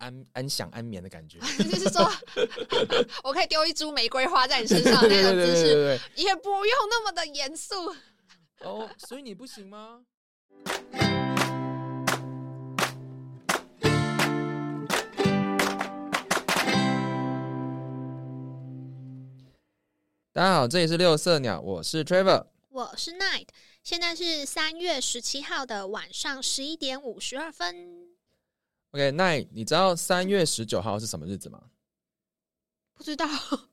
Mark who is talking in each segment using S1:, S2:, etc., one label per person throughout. S1: 安安享安眠的感觉。
S2: 就是说， 我可以丢一株玫瑰花在你身上那种姿势，
S1: 对
S2: 也不用那么的严肃。
S1: 对，哦，所以你不行吗？大家好，这里是六色鸟，我是 Trevor。
S2: 我是 Night，现在是三月十七号的晚上十一点五十二分。
S1: OK，那你知道三月十九号是什么日子吗？
S2: 不知道，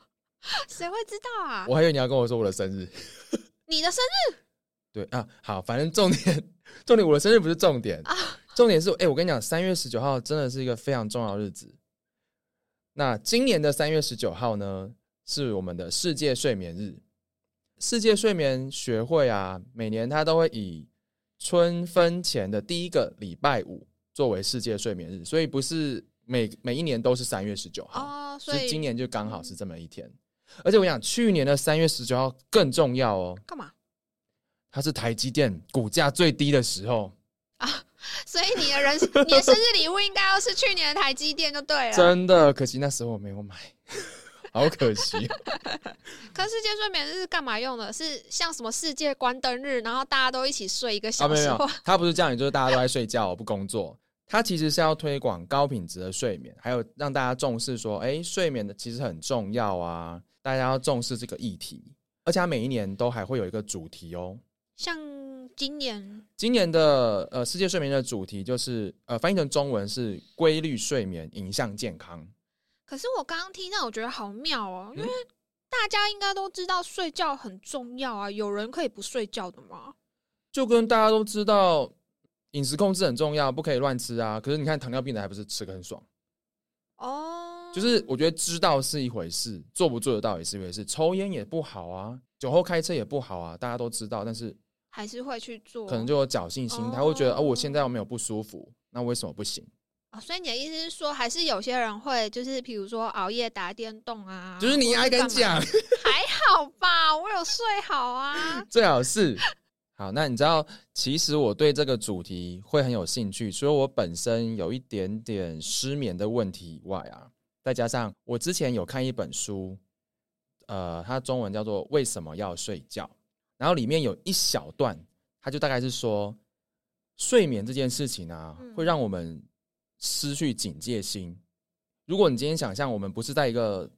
S2: 谁会知道啊？
S1: 我还以为你要跟我说我的生日。
S2: 你的生日
S1: 对啊，好，反正重点，重点我的生日不是重点，
S2: 啊
S1: 重点是，哎、我跟你讲，三月十九号真的是一个非常重要的日子。那今年的三月十九号呢，是我们的世界睡眠日。世界睡眠学会啊，每年它都会以春分前的第一个礼拜五作为世界睡眠日，所以不是每每一年都是三月十九号。
S2: 哦，所
S1: 所以
S2: 以
S1: 今年就刚啊好是这么一天。而且我想，去年的三月十九号更重要哦，
S2: 干嘛？
S1: 它是台积电股价最低的时候，
S2: 所以你的人，你的生 日礼物应该要是去年的台积电就对啊了。
S1: 真的可惜那时候我没有买， 好可 惜。
S2: 可世界睡眠日是干嘛用的？是像什么世界关灯日，然后大家都一起睡一个
S1: 啊，
S2: 小
S1: 没有没
S2: 时
S1: 有
S2: 或，
S1: 它不是这样，也就是大家都在睡觉不工作。它其实是要推广高品质的睡眠，还有让大家重视说，哎、睡眠的其实很重要啊，大家要重视这个议题。而且它每一年都还会有一个主题哦。
S2: 像今年
S1: 今年的呃世界睡眠的主题就是呃翻译成中文是规律睡眠影响健康。
S2: 可是我刚刚听到，我觉得好妙哦，因为
S1: 嗯
S2: 大家应该都知道睡觉很重要啊，有人可以不睡觉的吗？
S1: 就跟大家都知道饮食控制很重要，不可以乱吃啊。可是你看糖尿病的还不是吃的很爽？
S2: 哦，
S1: 就是我觉得知道是一回事，做不做得到也是一回事。抽烟也不好啊，酒后开车也不好啊，大家都知道，但是
S2: 还是会去做，
S1: 可能就有侥幸心态，
S2: 哦
S1: 会觉得哦，我现在又没有不舒服，那为什么不行？
S2: 哦。所以你的意思是说，还是有些人会，就是比如说熬夜打电动啊，
S1: 就是你
S2: 或
S1: 还敢
S2: 干嘛？
S1: 讲，
S2: 还好吧，我有睡好啊。
S1: 最好是。好，那你知道，其实我对这个主题会很有兴趣，除了我本身有一点点失眠的问题以外啊，再加上我之前有看一本书，呃，它中文叫做《为什么要睡觉》，然后里面有一小段，它就大概是说，睡眠这件事情啊
S2: 嗯，
S1: 会让我们失去警戒心。如果你今天想象我们不是在一个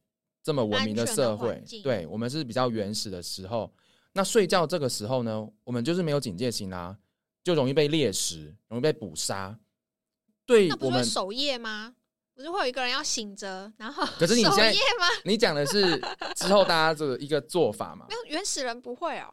S1: 这么文明
S2: 安全的
S1: 社会
S2: 环，境
S1: 对我们是比较原始的时候，那睡觉这个时候呢，我们就是没有警戒心啦、啊就容易被猎食，容易被捕杀。对
S2: 那不
S1: 我
S2: 是会
S1: 们，
S2: 守夜吗？不是会有一个人要醒着，然后
S1: 可是你
S2: 守
S1: 现在
S2: 夜吗？
S1: 你讲的是之后大家的一个做法嘛
S2: 没，有，原始人不会哦。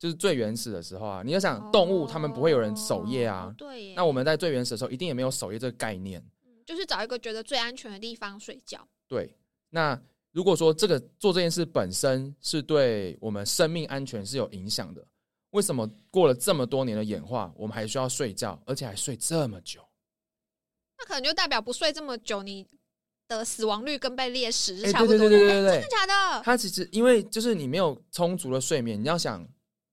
S1: 就是最原始的时候啊，你要想动物，它们不会有人守夜
S2: 哦
S1: 啊。
S2: 对耶，
S1: 那我们在最原始的时候，一定也没有守夜这个概念。
S2: 嗯就是找一个觉得最安全的地方睡觉。
S1: 对，那如果说这个做这件事本身是对我们生命安全是有影响的，为什么过了这么多年的演化，我们还需要睡觉，而且还睡这么久？
S2: 那可能就代表不睡这么久，你的死亡率跟被猎食
S1: 哎
S2: 是差不多
S1: 对
S2: 的。
S1: 对对对对对
S2: 哎真的假的？
S1: 它其实因为就是你没有充足的睡眠，你要想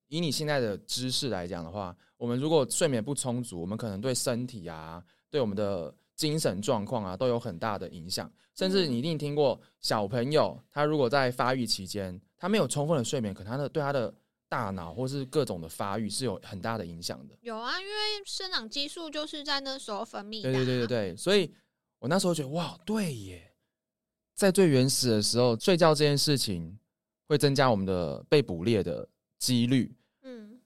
S1: 以你现在的知识来讲的话，我们如果睡眠不充足，我们可能对身体啊，对我们的精神状况啊都有很大的影响。甚至你一定听过小朋友，他如果在发育期间，他没有充分的睡眠，可能他的对他的大脑或是各种的发育是有很大的影响的。
S2: 有啊，因为生长激素就是在那时候分泌的、
S1: 对
S2: 啊
S1: 对对对。对，所以我那时候觉得哇，对耶，在最原始的时候，睡觉这件事情会增加我们的被捕猎的几率，
S2: 嗯，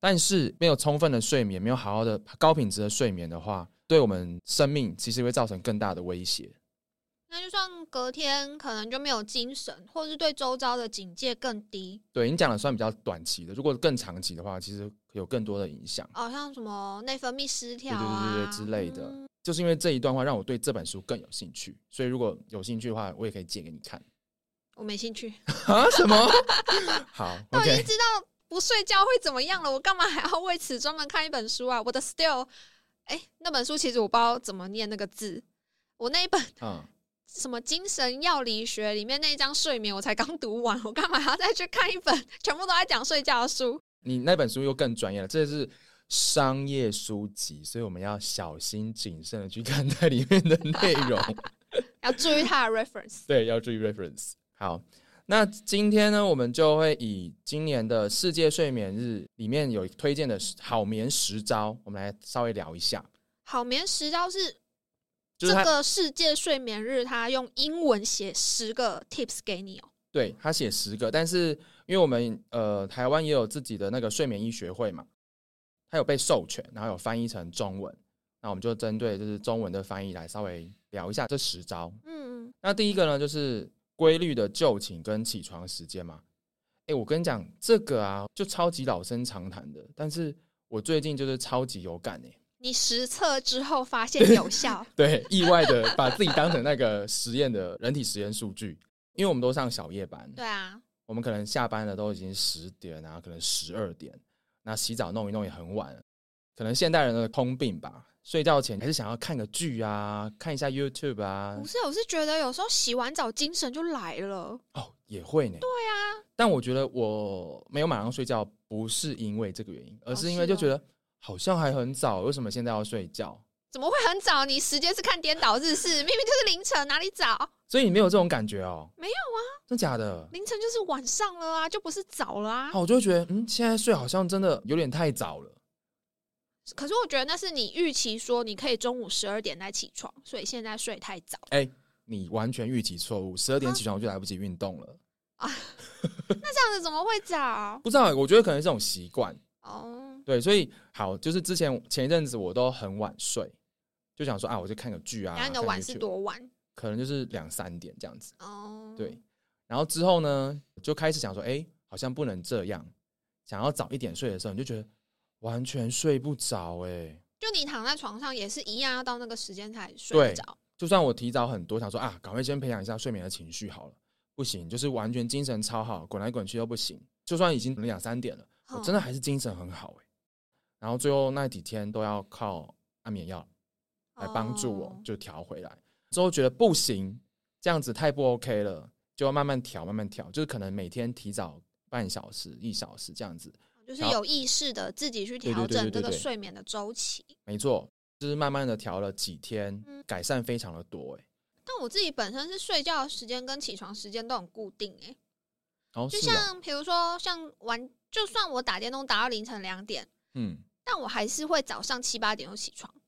S1: 但是没有充分的睡眠，没有好好的高品质的睡眠的话，对我们生命其实会造成更大的威胁。
S2: 那就算隔天可能就没有精神，或是对周遭的警戒更低，
S1: 对你讲的算比较短期的，如果更长期的话，其实有更多的影响。
S2: 哦，像什么内分泌失调
S1: 对
S2: 啊
S1: 对对对之类的
S2: 嗯
S1: 就是因为这一段话让我对这本书更有兴趣，所以如果有兴趣的话，我也可以借给你看
S2: 我没兴趣，
S1: 啊？什么？好
S2: 都已
S1: ，OK
S2: 经。知道不睡觉会怎么样了，我干嘛还要为此专门看一本书啊？我的 Still，哎、那本书其实我不知道怎么念那个字，我那一本
S1: 嗯，
S2: 什么精神药理学里面那一章睡眠，我才刚读完，我干嘛还要再去看一本全部都在讲睡觉的书？
S1: 你那本书又更专业了，这是商业书籍，所以我们要小心谨慎的去看待里面的内容。
S2: 要注意它的 reference。
S1: 对，要注意 reference。好，那今天呢，我们就会以今年的世界睡眠日里面有推荐的好眠十招，我们来稍微聊一下。
S2: 好眠十招是
S1: 就是
S2: 这
S1: 他
S2: 个世界睡眠日，它用英文写十个 tips 给你哦。
S1: 对他写十个，但是因为我们呃台湾也有自己的那个睡眠医学会嘛，它有被授权，然后有翻译成中文，那我们就针对就是中文的翻译来稍微聊一下这十招。
S2: 嗯，
S1: 那第一个呢，就是规律的就寝跟起床时间嘛。哎，我跟你讲，这个啊，就超级老生常谈的，但是我最近就是超级有感哎、
S2: 你实测之后发现有效，
S1: 对，意外的把自己当成那个实验的人体实验数据，因为我们都上小夜班，
S2: 对啊，
S1: 我们可能下班了都已经十点啊，可能十二点，那洗澡弄一弄也很晚了，可能现代人的通病吧，睡觉前还是想要看个剧啊，看一下 YouTube 啊
S2: 不，是，我是觉得有时候洗完澡精神就来了。
S1: 哦，也会呢。
S2: 对啊，
S1: 但我觉得我没有马上睡觉，不是因为这个原因，而是因为
S2: 是
S1: 就
S2: 哦
S1: 觉得好像还很早，为什么现在要睡觉？
S2: 怎么会很早？你时间是看颠倒日式，明明就是凌晨，哪里早？
S1: 所以你没有这种感觉哦？
S2: 没有
S1: 啊，真假的？
S2: 凌晨就是晚上了啊，就不是早了啊
S1: 啊，。我就会觉得，嗯，现在睡好像真的有点太早了。
S2: 可是我觉得那是你预期说你可以中午十二点再起床，所以现在睡太早。
S1: 你完全预期错误，十二点起床我就来不及运动了。
S2: 那这样子怎么会早？
S1: 不知道，我觉得可能是这种习惯。
S2: 哦，
S1: 对，所以好，就是之前前一阵子我都很晚睡，就想说啊，我就看个剧啊。
S2: 然后你的
S1: 看个
S2: 晚是
S1: YouTube，
S2: 多晚？
S1: 可能就是两三点这样子。
S2: 哦，
S1: 对，然后之后呢，就开始想说，哎、好像不能这样，想要早一点睡的时候，你就觉得完全睡不着、哎，
S2: 就你躺在床上也是一样，要到那个时间才睡得着。
S1: 就算我提早很多，想说啊，赶快先培养一下睡眠的情绪好了，不行，就是完全精神超好，滚来滚去都不行。就算已经两三点了，我真
S2: 的
S1: 的还是精神很好、哎，然后最后那几天都要靠安眠药来帮助
S2: 哦
S1: 我，就调回来。之后觉得不行，这样子太不 OK 了，就要慢慢调，慢慢调，就是可能每天提早半小时、一小时这样子。
S2: 就是有意识的自己去调
S1: 对对对对
S2: 整
S1: 对
S2: 这
S1: 对
S2: 个睡眠的周期。
S1: 没错，就是慢慢的调了几天
S2: 嗯，
S1: 改善非常的多、欸。
S2: 但我自己本身是睡觉的时间跟起床时间都很固定、欸，
S1: 然后
S2: 就是
S1: 哦，
S2: 像比如说像玩，就算我打电动打到凌晨两点，
S1: 嗯，
S2: 但我还是会早上七八点就起床。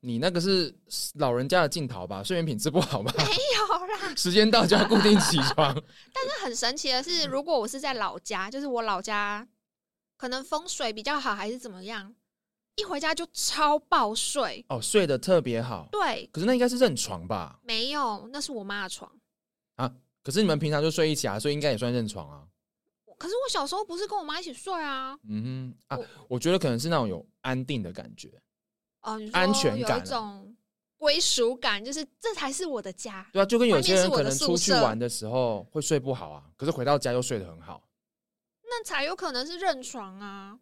S1: 你那个是老人家的镜头吧？睡眠品质不好吧？
S2: 有啦，
S1: 时间到就要固定起床。
S2: 但是很神奇的
S1: 嗯
S2: 是，如果我是在老家，就是我老家可能风水比较好，还是怎么样，一回家就超爆睡。
S1: 哦，睡得特别好，
S2: 对，
S1: 可是那应该是认床吧？
S2: 没有，那是我妈的床。
S1: 可是你们平常就睡一起啊，所以应该也算认床啊。
S2: 可是我小时候不是跟我妈一起睡啊？
S1: 嗯哼啊，我觉得可能是那种有安定的感觉。
S2: 哦，你说
S1: 安全感啊
S2: 有一种归属感，就是这才是我的家。
S1: 对啊，就跟有些人可
S2: 外面
S1: 能
S2: 是我
S1: 出
S2: 的宿
S1: 去
S2: 舍
S1: 玩的时候会睡不好啊，可是回到家又睡得很好，
S2: 那才有可能是认床啊。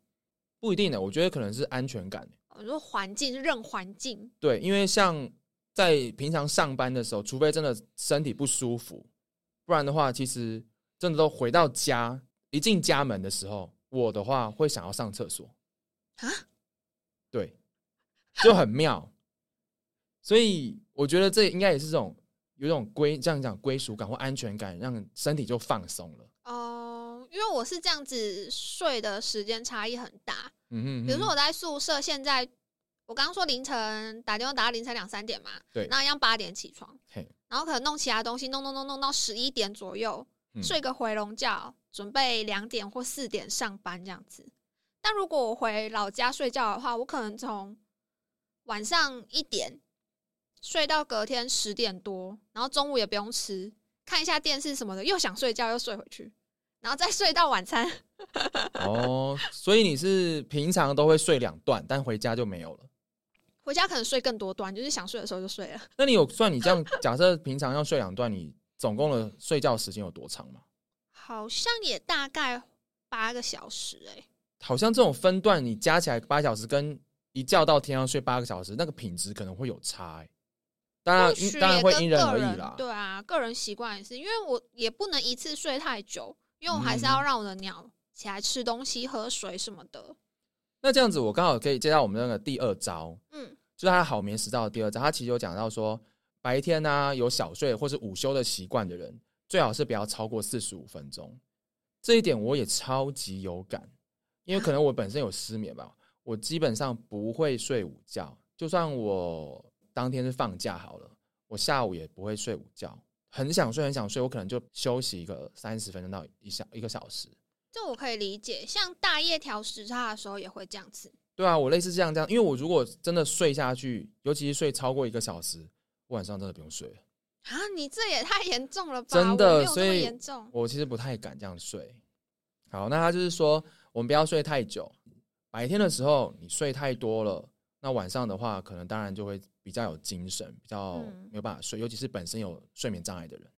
S1: 不一定的。我觉得可能是安全感。
S2: 我说环境是认环境，
S1: 对，因为像在平常上班的时候，除非真的身体不舒服，不然的话，其实真的都回到家，一进家门的时候，我的话会想要上厕所
S2: 啊，
S1: 对，就很妙。所以我觉得这应该也是这种有一种归这样讲归属感或安全感，让身体就放松了。
S2: 哦、因为我是这样子睡的时间差异很大。
S1: 嗯哼
S2: 比如说我在宿舍，现在我刚刚说凌晨打电话打到凌晨两三点嘛，
S1: 对
S2: 那一样八点起床
S1: 嘿，
S2: 然后可能弄其他东西，弄弄弄弄到十一点左右，
S1: 嗯
S2: 睡个回笼觉，准备两点或四点上班这样子。但如果我回老家睡觉的话，我可能从晚上一点睡到隔天十点多，然后中午也不用吃，看一下电视什么的，又想睡觉又睡回去，然后再睡到晚餐。
S1: 哦，所以你是平常都会睡两段，但回家就没有了。
S2: 回家可能睡更多段，就是想睡的时候就睡了。
S1: 那你有算你这样假设平常要睡两段，你总共的睡觉时间有多长吗？
S2: 好像也大概八个小时哎、
S1: 好像这种分段你加起来八小时，跟一觉到天亮睡八个小时，那个品质可能会有差、欸。当然嗯
S2: 或，许
S1: 当然
S2: 也
S1: 会
S2: 跟
S1: 因人
S2: 个
S1: 而异
S2: 人
S1: 啦。
S2: 对啊，个人习惯也是，因为我也不能一次
S1: 嗯
S2: 睡太久，因为我还是要让我的鸟起来吃东西、喝水什么的。
S1: 那这样子，我刚好可以接到我们那个第二招，
S2: 嗯
S1: 就是他好眠食道的第二招，他其实有讲到说，白天呢、啊有小睡或是午休的习惯的人，最好是不要超过四十五分钟。这一点我也超级有感，因为可能我本身有失眠吧，我基本上不会睡午觉，就算我当天是放假好了，我下午也不会睡午觉。很想睡，很想睡，我可能就休息一个三十分钟到一小一个小时。
S2: 这我可以理解。像大夜调时差的时候也会这样子，
S1: 对啊，我类似这样这样，因为我如果真的睡下去，尤其是睡超过一个小时，我晚上真的不用睡了。
S2: 啊，你这也太严重了吧！
S1: 真的
S2: 我没有
S1: 所
S2: 这么
S1: 以
S2: 严重。
S1: 我其实不太敢这样睡。好，那他就是说，我们不要睡太久，白天的时候你睡太多了，那晚上的话，可能当然就会比较有精神，比较
S2: 嗯
S1: 没有办法睡，尤其是本身有睡眠障碍的人。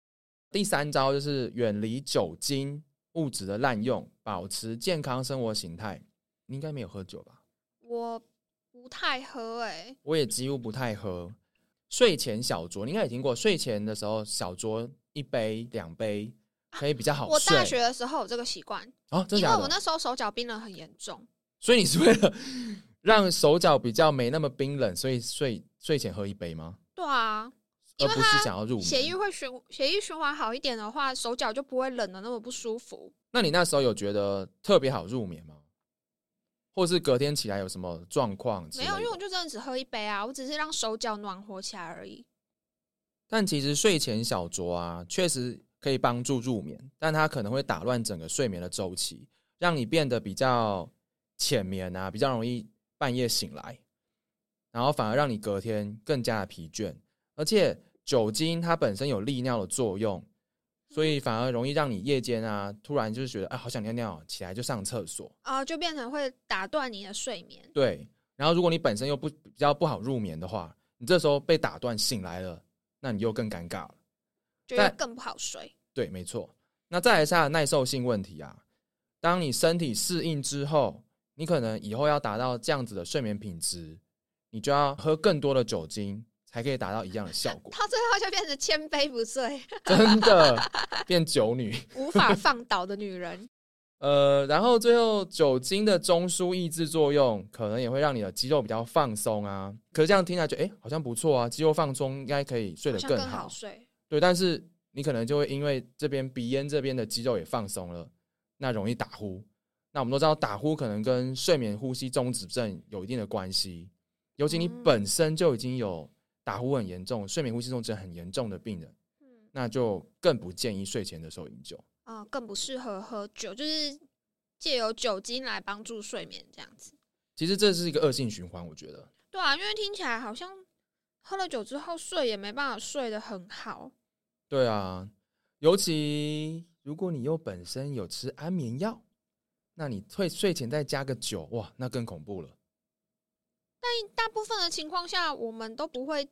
S1: 第三招就是远离酒精物质的滥用，保持健康生活形态。你应该没有喝酒吧？
S2: 我不太喝哎、
S1: 我也几乎不太喝。睡前小酌，你应该也听过，睡前的时候小酌一杯、两杯，可以比较好
S2: 我
S1: 睡。
S2: 大学的时候有这个习惯，
S1: 啊，真
S2: 因
S1: 的
S2: 为
S1: 假
S2: 我
S1: 的？
S2: 那时候手脚冰冷很严重，
S1: 所以你是为了 让手脚比较没那么冰冷，所以睡睡前喝一杯吗？
S2: 对啊，
S1: 而
S2: 因为
S1: 不是想要入
S2: 血液
S1: 眠。
S2: 会循血液循环好一点的话，手脚就不会冷的那么不舒服。
S1: 那你那时候有觉得特别好入眠吗？或是隔天起来有什么状况之
S2: 没
S1: 类的？
S2: 有，因为我就真的只喝一杯啊，我只是让手脚暖和起来而已。
S1: 但其实睡前小酌啊，确实可以帮助入眠，但它可能会打乱整个睡眠的周期，让你变得比较浅眠啊，比较容易半夜醒来，然后反而让你隔天更加的疲倦。而且酒精它本身有利尿的作用，所以反而容易让你夜间啊，突然就是觉得啊好想尿尿，起来就上厕所。
S2: 啊、就变成会打断你的睡眠。
S1: 对，然后如果你本身又不比较不好入眠的话，你这时候被打断醒来了，那你又更尴尬了。
S2: 就会
S1: 但
S2: 更不好睡。
S1: 对，没错。那再来是它的耐受性问题啊。当你身体适应之后，你可能以后要达到这样子的睡眠品质，你就要喝更多的酒精，才可以达到一样的效 果。
S2: 到最后就变成千杯不醉、
S1: 真的变酒女。
S2: 无法放倒的女人。
S1: 呃，然后最后酒精的中枢抑制作用，可能也会让你的肌肉比较放松啊。可是这样听下去，哎，好像不错啊，肌肉放松应该可以 睡
S2: 好
S1: 得
S2: 像
S1: 更
S2: 更
S1: 好
S2: 好。睡。
S1: 对，但是你可能就会因为这边鼻咽这边的肌肉也放松了，那容易打呼。那我们都知道，打呼可能跟睡眠呼吸中止症有一定的关系，尤其你
S2: 嗯
S1: 本身就已经有打呼很严重、睡眠呼吸中止症很严重的病人，
S2: 嗯，
S1: 那就更不建议睡前的时候饮酒。
S2: 啊、更不适合喝酒，就是借由酒精来帮助睡眠这样子。
S1: 其实这是一个恶性循环，我觉得。
S2: 对啊，因为听起来好像喝了酒之后睡也没办法睡得很好。
S1: 对啊，尤其如果你又本身有吃安眠药，那你睡睡前再加个酒，哇，那更恐怖了。
S2: 大部分的情况下，我们都不会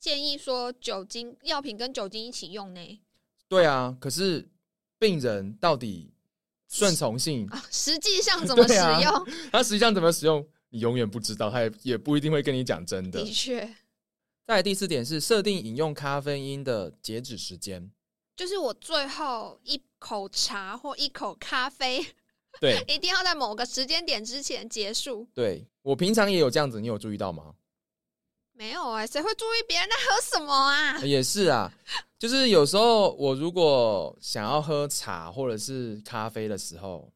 S2: 建议说酒精药品跟酒精一起 用呢。
S1: 对啊，可是病人到底顺从性，
S2: 啊，实际上怎么使
S1: 对啊
S2: 用？
S1: 他实际上怎么使用，你永远不知道，他也也不一定会跟你讲真的
S2: 的。确，
S1: 再来第四点是设定饮用咖啡因的截止时间，
S2: 就是我最后一口茶或一口咖啡，
S1: 对
S2: 一定要在某个时间点之前结束。
S1: 对，我平常也有这样子，你有注意到吗？
S2: 没有哎、谁会注意别人在喝什么啊？
S1: 也是啊，就是有时候我如果想要喝茶或者是咖啡的时候，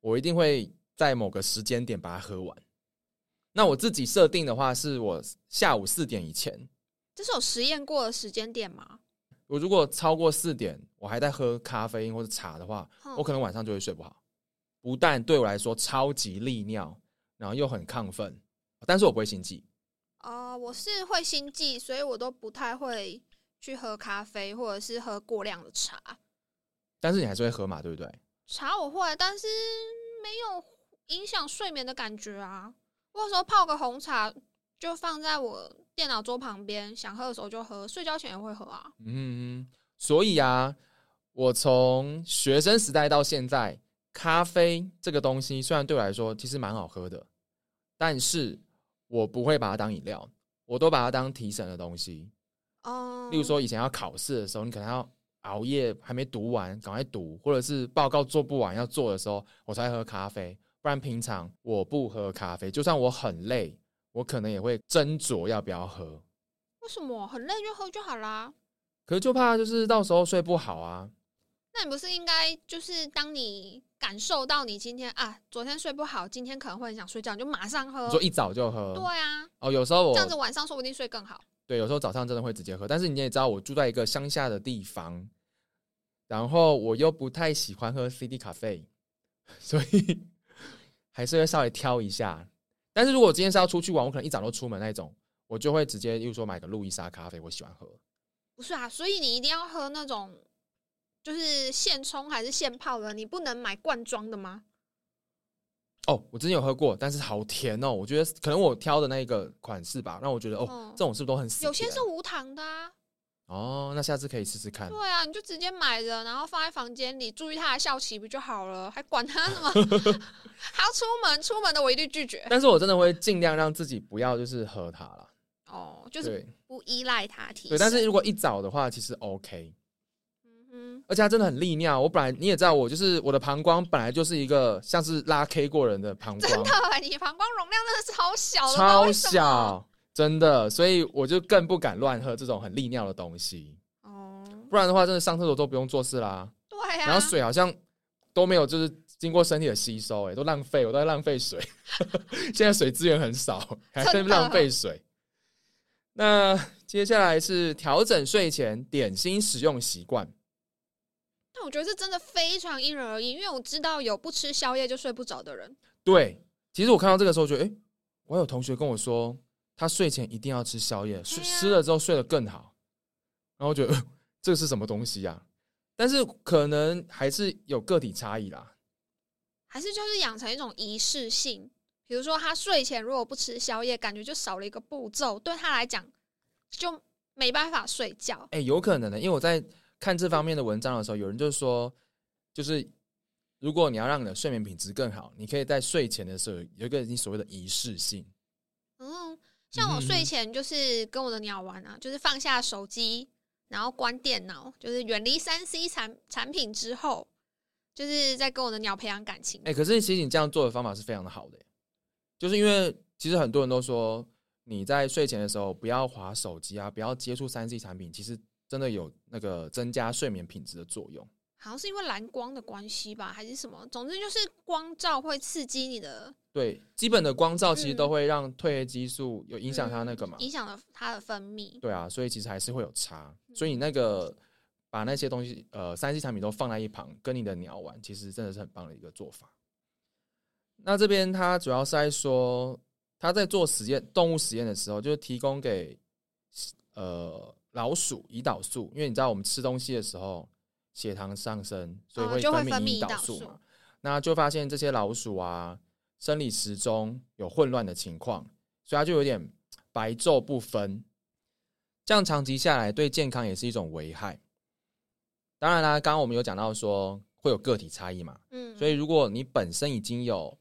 S1: 我一定会在某个时间点把它喝完。那我自己设定的话，是我下午四点以前，
S2: 这是有实验过的时间点吗？
S1: 我如果超过四点，我还在喝咖啡因或者茶的话，
S2: 哼
S1: 我可能晚上就会睡不好。不但对我来说超级利尿，然后又很亢奋，但是我不会心悸。
S2: 哦、我是会心悸，所以我都不太会去喝咖啡或者是喝过量的茶。
S1: 但是你还是会喝嘛，对不对？
S2: 茶我会，但是没有影响睡眠的感觉啊。我有时候泡个红茶就放在我电脑桌旁边，想喝的时候就喝，睡觉前也会喝啊。
S1: 嗯，所以啊，我从学生时代到现在，咖啡这个东西虽然对我来说其实蛮好喝的，但是我不会把它当饮料，我都把它当提神的东西。
S2: 哦、
S1: 例如说以前要考试的时候，你可能要熬夜还没读完，赶快读，或者是报告做不完要做的时候，我才喝咖啡，不然平常我不喝咖啡，就算我很累，我可能也会斟酌要不要喝。
S2: 为什么很累就喝就好啦？
S1: 可是就怕就是到时候睡不好啊。
S2: 那你不是应该就是当你感受到你今天啊，昨天睡不好，今天可能会很想睡觉，你就马上喝
S1: 你。说一早就喝，
S2: 对啊，
S1: 哦，有时候
S2: 这
S1: 我
S2: 样子晚上说不定睡更好。
S1: 对，有时候早上真的会直接喝，但是你也知道，我住在一个乡下的地方，然后我又不太喜欢喝 CD 咖啡， 所以还是会稍微挑一下。但是如果今天是要出去玩，我可能一早就出门那种，我就会直接，例如说买个路易莎咖啡，我喜欢喝。
S2: 不是啊，所以你一定要喝那种就是现冲还是现泡的，你不能买罐装的吗？
S1: 哦，我之前有喝过，但是好甜哦！我觉得可能我挑的那个款式吧，让我觉得哦，
S2: 嗯
S1: 这种是不是都很死
S2: 有些
S1: 甜
S2: 是无糖的啊。
S1: 哦，那下次可以试试看。
S2: 对啊，你就直接买着，然后放在房间里，注意它的效期不就好了？还管 它什么？还要出门，出门的我一律拒绝。
S1: 但是我真的会尽量让自己不要就是喝它啦。
S2: 哦，就
S1: 对
S2: 是不依赖它提
S1: 对，但是如果一早的话，其实 OK。
S2: 嗯
S1: 而且它真的很利尿。我本来你也知道，我就是我的膀胱本来就是一个像是拉 K 过人的膀
S2: 哼，真
S1: 胱，
S2: 的欸，你膀胱容量真的是超小的，
S1: 超
S2: 不知道为什么。
S1: 小，真的，所以我就更不敢乱喝这种很利尿的东西。
S2: 哦，
S1: 不然的话，真的上厕所都不用做事啦。
S2: 对啊，
S1: 然后水好像都没有，就是经过身体的吸收、哎，都浪费，我都在浪费水。 现在水资源很 少，还在
S2: 真的
S1: 浪费水。那接下来是调整睡前点心使用习惯。
S2: 但我觉得这真的非常因人而异，因为我知道有不吃宵夜就睡不着的人，
S1: 对，其实我看到这个时候觉得，哎、我有同学跟我说，他睡前一定要吃宵夜，睡
S2: 对啊
S1: 吃了之后睡得更好。然后我觉得、呃这是什么东西呀、但是可能还是有个体差异啦。
S2: 还是就是养成一种仪式性。比如说，他睡前如果不吃宵夜，感觉就少了一个步骤，对他来讲就没办法睡觉。
S1: 哎、有可能的，因为我在看这方面的文章的时候，有人就说，就是如果你要让你的睡眠品质更好，你可以在睡前的时候有一个你所谓的仪式性。
S2: 嗯，像我睡前就是跟我的鸟玩啊，就是放下手机，然后关电脑，就是远离三 C 产产品之后，就是在跟我的鸟培养感情。
S1: 哎、可是其实你这样做的方法是非常的好的耶，就是因为其实很多人都说你在睡前的时候不要划手机啊，不要接触三 C 产品，其实真的有那个增加睡眠品质的作用。
S2: 好像是因为蓝光的关系吧，还是什么？总之就是光照会刺激你的，
S1: 对，基本的光照其实
S2: 嗯
S1: 都会让褪黑激素有影响它那个嘛，
S2: 影响了它的分泌。
S1: 对啊，所以其实还是会有差。所以你那个把那些东西，呃，三 C 产品都放在一旁，跟你的鸟玩，其实真的是很棒的一个做法。那这边他主要是在说，他在做实验动物实验的时候，就是提供给呃老鼠胰岛素，因为你知道我们吃东西的时候血糖上升，所以
S2: 哦
S1: 会
S2: 就会
S1: 分
S2: 分
S1: 泌
S2: 泌
S1: 胰
S2: 胰
S1: 岛
S2: 岛
S1: 素
S2: 素
S1: 嘛。那就发现这些老鼠啊，生理时钟有混乱的情况，所以它就有点白昼不分。这样长期下来，对健康也是一种危害。当然啦，刚刚我们有讲到说会有个体差异嘛，
S2: 嗯，
S1: 所以如果你本身已经有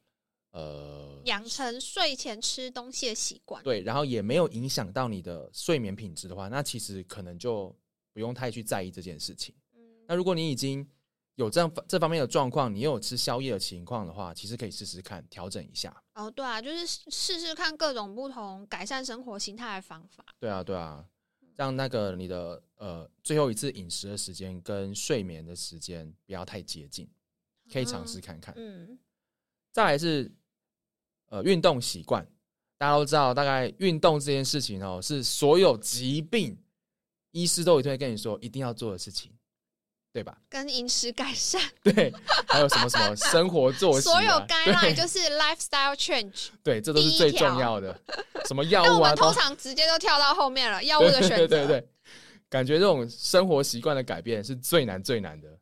S1: 呃
S2: 养成睡前吃东西的习惯。
S1: 对，然后也没有影响到你的睡眠品质的话，那其实可能就不用太去在意这件事情。
S2: 嗯
S1: 那如果你已经有这样这方面的状况，你又有吃宵夜的情况的话，其实可以试试看调整一下。
S2: 哦，对啊，就是试试看各种不同改善生活形态的方法。
S1: 对啊，对啊，让那个你的呃最后一次饮食的时间跟睡眠的时间不要太接近，可以尝试看看。
S2: 嗯，
S1: 再来是呃运动习惯，大家都知道，大概运动这件事情哦，是所有疾病医师都一定会跟你说一定要做的事情，对吧？
S2: 跟饮食改善，
S1: 对，还有什么什么生活作息、啊，
S2: 所有该 来就是 lifestyle change。
S1: 对，这都是
S2: 第一
S1: 最重
S2: 条
S1: 要的，什么药
S2: 但
S1: 物
S2: 我
S1: 啊，
S2: 们
S1: 都
S2: 通常直接都跳到后面了，药物
S1: 对
S2: 的选
S1: 对
S2: 择。
S1: 对对，感觉这种生活习惯的改变是最难最难的。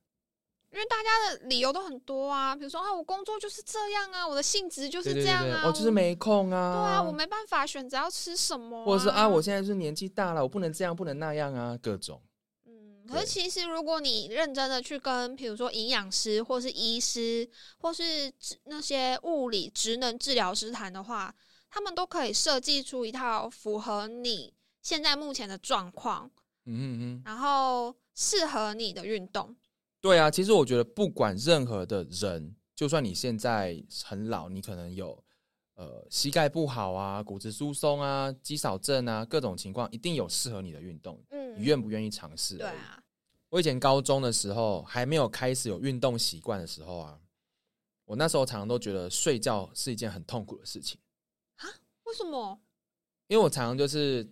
S2: 因为大家的理由都很多啊，比如说啊，我工作就是这样啊，我的性质就是
S1: 对
S2: 这
S1: 对对
S2: 样
S1: 对，
S2: 啊，
S1: 哦，就是没空啊。
S2: 我。对啊，我没办法选择要吃什么、
S1: 或者是啊，我现在是年纪大了，我不能这样，不能那样啊，各种。
S2: 嗯，可
S1: 对
S2: 是其实如果你认真的去跟，比如说营养师，或是医师，或是治那些物理职能治疗师谈的话，他们都可以设计出一套符合你现在目前的状况，
S1: 嗯嗯嗯，
S2: 然后适合你的运动。
S1: 对啊，其实我觉得不管任何的人，就算你现在很老，你可能有呃膝盖不好啊、骨质疏松啊、肌少症啊各种情况，一定有适合你的运动，你
S2: 嗯，
S1: 愿不愿意尝试？
S2: 对。啊，
S1: 我以前高中的时候还没有开始有运动习惯的时候啊，我那时候常常都觉得睡觉是一件很痛苦的事情。
S2: 为什么？哦
S1: 因为我常常就是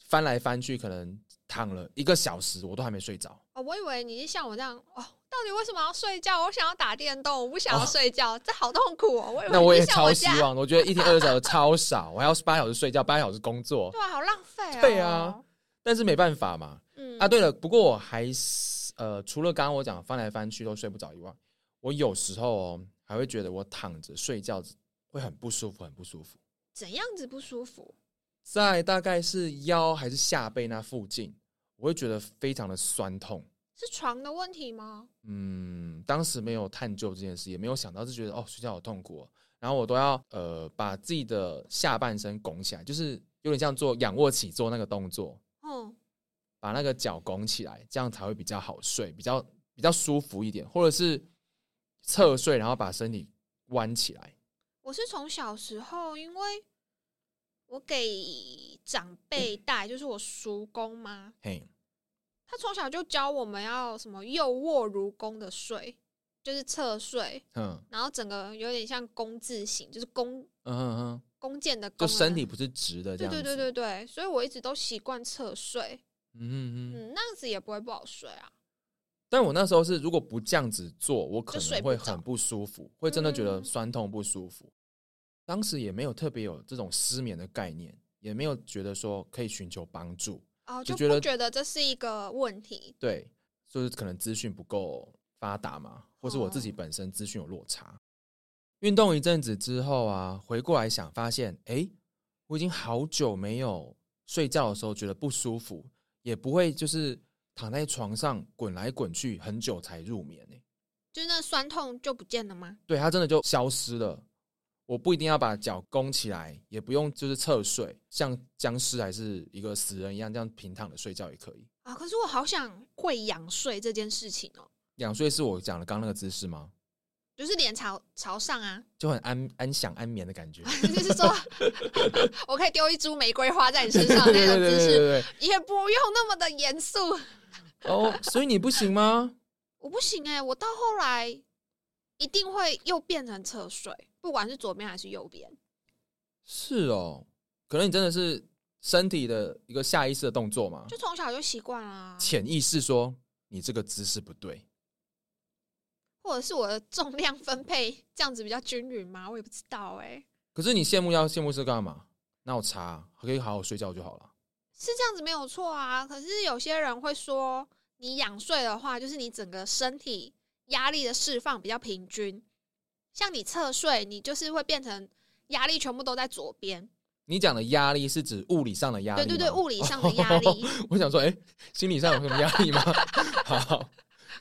S1: 翻来翻去，可能躺了一个小时，我都还没睡着。
S2: 哦，我以为你是像我这样哦，到底为什么要睡觉？我想要打电动，我不想要
S1: 哦
S2: 睡觉，这好痛苦哦。我以为
S1: 那我
S2: 你
S1: 也
S2: 像
S1: 超
S2: 我
S1: 希
S2: 这样
S1: 望的，我觉得一天二十小时超少，我还要八小时睡觉，八小时工作，
S2: 对啊，好浪费哦。
S1: 对啊，但是没办法嘛。
S2: 嗯
S1: 啊，对了，不过我还是呃，除了刚刚我讲翻来翻去都睡不着以外，我有时候哦还会觉得我躺着睡觉会很不舒服，很不舒服，
S2: 怎样子不舒服？
S1: 在大概是腰还是下背那附近，我会觉得非常的酸痛。
S2: 是床的问题吗？
S1: 嗯，当时没有探究这件事，也没有想到，就觉得哦，睡觉好痛苦、哦。然后我都要呃，把自己的下半身拱起来，就是有点像做仰卧起坐那个动作，
S2: 嗯，
S1: 把那个脚拱起来，这样才会比较好睡，比较比较舒服一点，或者是侧睡，然后把身体弯起来。
S2: 我是从小时候，因为我给长辈带，就是我叔公嘛，
S1: 嘿，
S2: 他从小就教我们要什么右卧如弓的睡，就是侧睡，
S1: 嗯
S2: 然后整个有点像弓字形，就是弓
S1: 嗯嗯嗯，
S2: 弓箭的弓
S1: 就
S2: 啊，
S1: 身体不是直的这
S2: 对
S1: 样子。
S2: 对对对对，所以我一直都习惯侧睡，
S1: 嗯嗯嗯。
S2: 嗯，那样子也不会不好睡啊。
S1: 但我那时候是，如果不这样子做，我可
S2: 就睡
S1: 能
S2: 不
S1: 会
S2: 着
S1: 很不舒服，会真的觉得
S2: 嗯
S1: 酸痛不舒服。当时也没有特别有这种失眠的概念，也没有觉得说可以寻求帮助，
S2: 哦，
S1: 就
S2: 就
S1: 觉得
S2: 不觉得这是一个问题，
S1: 对，就是可能资讯不够发达嘛，或是我自己
S2: 哦
S1: 本身资讯有落差。运动一阵子之后啊，回过来想，发现诶，我已经好久没有睡觉的时候觉得不舒服，也不会就是躺在床上滚来滚去很久才入眠欸呢、
S2: 就是那酸痛就不见了吗？
S1: 对，它真的就消失了。我不一定要把脚弓起来，也不用就是侧睡，像僵尸还是一个死人一样这样平躺的睡觉也可以。
S2: 啊，可是我好想会仰睡这件事情哦，
S1: 仰睡是我讲的刚那个姿势吗？
S2: 就是脸朝朝上啊，
S1: 就很安安享安眠的感觉。
S2: 就是说我可以丢一株玫瑰花在你身上那种姿势，
S1: 对
S2: 也不用那么的严肃。
S1: 对。 哦，所以你不行吗？
S2: 我不行哎、我到后来一定会又变成侧睡，不管是左边还是右边。
S1: 是哦，可能你真的是身体的一个下意识的动作嘛，
S2: 就从小就习惯啊啦，
S1: 潜意识说你这个姿势不对。
S2: 或者是我的重量分配这样子比较均匀吗？我也不知道哎、
S1: 可是你羡慕要羡慕是干嘛？那我查可以好好睡觉就好了。
S2: 是这样子没有错啊。可是有些人会说，你仰睡的话，就是你整个身体压力的释放比较平均。像你侧睡，你就是会变成压力全部都在左边。
S1: 你讲的压力是指物理上的压力
S2: 对
S1: 吗？
S2: 对对，物理上的压 力。
S1: 我想说，哎、心理上有什么压力 吗？好，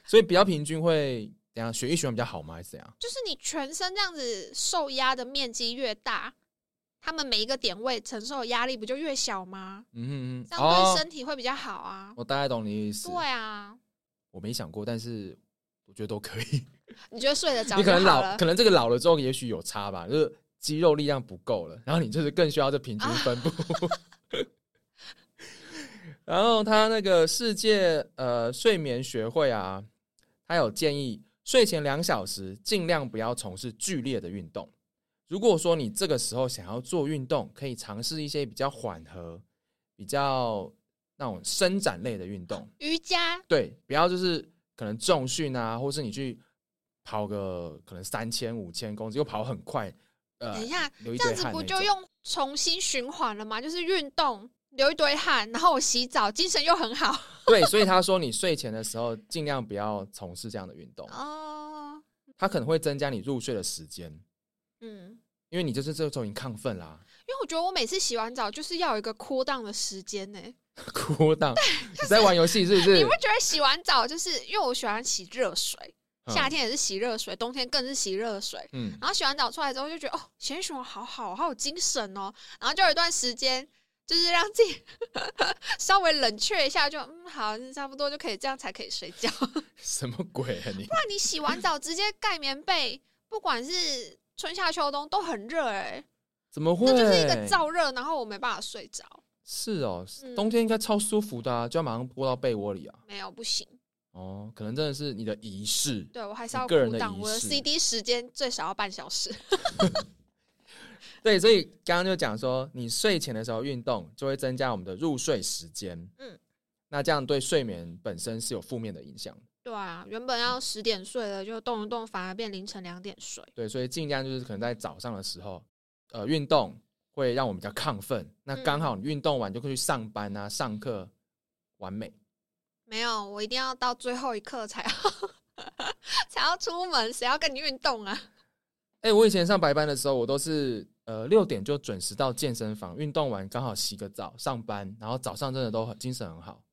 S1: 所以比较平均会怎样？血液循环比较好吗？还是怎样？
S2: 就是你全身这样子受压的面积越大，他们每一个点位承受的压力不就越小吗？
S1: 嗯
S2: 这
S1: 哼
S2: 样对
S1: 哦，
S2: 身体会比较好啊。
S1: 我大概懂你的意思。
S2: 对啊，
S1: 我没想过，但是我觉得都可以。
S2: 你觉得睡得着
S1: 你可
S2: 就
S1: 能老，
S2: 好了。
S1: 可能这个老了之后，也许有差吧，就是肌肉力量不够了，然后你就是更需要这平均分布。 然后他那个世界呃睡眠学会啊，他有建议睡前两小时尽量不要从事剧烈的运动。如果说你这个时候想要做运动，可以尝试一些比较缓和、比较那种伸展类的运动。
S2: 瑜伽
S1: 对，不要就是可能重训啊，或是你去跑个可能三千、五千公尺，又跑很快，呃
S2: 等一，下，
S1: 流一
S2: 哎这样
S1: 堆
S2: 子
S1: 汗
S2: 不
S1: 那
S2: 就
S1: 种
S2: 用重新循环了吗？就是运动流一堆汗，然后我洗澡，精神又很好。
S1: 对，所以他说你睡前的时候尽量不要从事这样的运动，
S2: 哦，
S1: 它可能会增加你入睡的时间，
S2: 嗯，
S1: 因为你就是这时候已经亢奋啦、
S2: 因为我觉得我每次洗完澡就是要有一个 cool down 的时间呢、
S1: 哭荡，你在玩游戏是不是
S2: 你不？觉得洗完澡就是因为我喜欢洗热水，夏天也是洗热水，冬天更是洗热水。
S1: 嗯，嗯，
S2: 然后洗完澡出来之后就觉得哦，洗洗我好好，好有精神哦。然后就有一段时间，就是让自己 稍微冷却一下，就嗯好，差不多就可以这样才可以睡觉。
S1: 什么鬼啊你？
S2: 那你洗完澡直接盖棉被，不管是春夏秋冬都很热哎、
S1: 怎么会？
S2: 那就是一个燥热，然后我没办法睡着，
S1: 是哦
S2: 嗯，
S1: 冬天应该超舒服的、啊，就要马上拨到被窝里啊。
S2: 没有不行。
S1: 哦，可能真的是你的仪式，
S2: 对我还是
S1: 你
S2: 要
S1: 个人
S2: 鼓
S1: 的
S2: 掌，
S1: 仪
S2: 我的
S1: 式
S2: CD 时间最少要半小时。
S1: 对，所以刚刚就讲说，你睡前的时候运动就会增加我们的入睡时间，
S2: 嗯
S1: 嗯，那这样对睡眠本身是有负面的影响的，
S2: 对啊，原本要十点睡的，就动一动反而变凌晨两点睡。
S1: 对，所以尽量就是可能在早上的时候，呃，运动会让我们比较亢奋，那刚好你运动完就可以去上班啊，上课，完美，
S2: 没有，我一定要到最后一刻才要才要 出门，谁要跟你运动啊？
S1: 哎、我以前上白班的时候，我都是呃六点就准时到健身房，运动完刚好洗个澡上班，然后早上真的都很精神很好。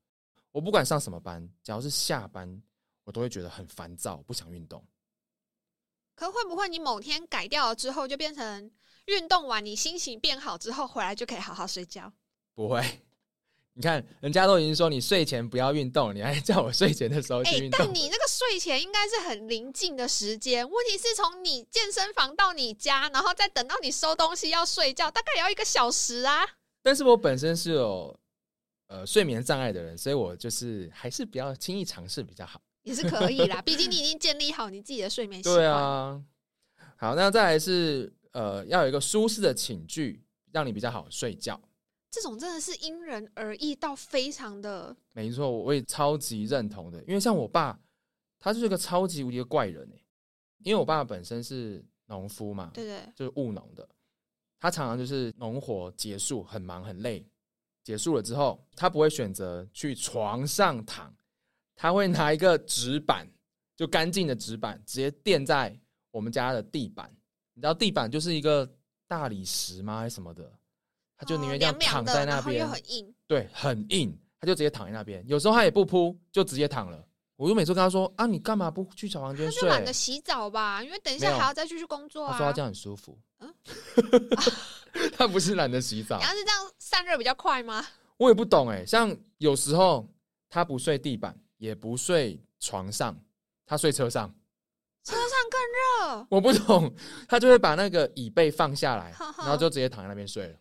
S1: 我不管上什么班，只要是下班，我都会觉得很烦躁，不想运动。
S2: 可会不会你某天改掉了之后，就变成运动完你心情变好之后回来就可以好好睡觉？
S1: 不会，你看人家都已经说你睡前不要运动，你还 叫我睡前的时候
S2: 哎、
S1: 去运动，
S2: 但你那个睡前应该是很临近的时间，问题是从你健身房到你家，然后再等到你收东西要睡觉，大概也要一个小时啊。
S1: 但是我本身是有呃睡眠障碍的人，所以我就是还是不要轻易尝试比较好。
S2: 也是可以 啦，毕竟你已经建立好你自己的睡眠习惯。
S1: 对啊，好，那再来是呃，要有一个舒适的寝具，让你比较好睡觉。
S2: 这种真的是因人而异，到非常的
S1: 没错，我也超级认同的，因为像我爸，他就是个超级无敌的怪人哎、因为我爸本身是农夫嘛，
S2: 对对，
S1: 就是务农的，他常常就是农活结束很忙很累，结束了之后，他不会选择去床上躺，他会拿一个纸板，就干净的纸板，直接垫在我们家的地板。你知道地板就是一个大理石吗？还是什么的？他就宁愿这样
S2: 哦凉
S1: 躺
S2: 凉的
S1: 在那
S2: 然后
S1: 边，
S2: 又很硬，
S1: 对，很硬，他就直接躺在那边。有时候他也不铺，就直接躺了。我就每次跟他说：“啊，你干嘛不去小房
S2: 他
S1: 间
S2: 就
S1: 睡？”
S2: 懒得洗澡吧，因为等一下
S1: 没有
S2: 还要再继续工作
S1: 他
S2: 啊。
S1: 说他这样很舒服。
S2: 嗯
S1: 他不是懒得洗澡
S2: 你，要是这样散热比较快吗？
S1: 我也不懂哎、像有时候他不睡地板，也不睡床上，他睡车上，
S2: 车上更热，，
S1: 我不懂， 他就会把那个椅背放下来然后就直接躺在那边睡了。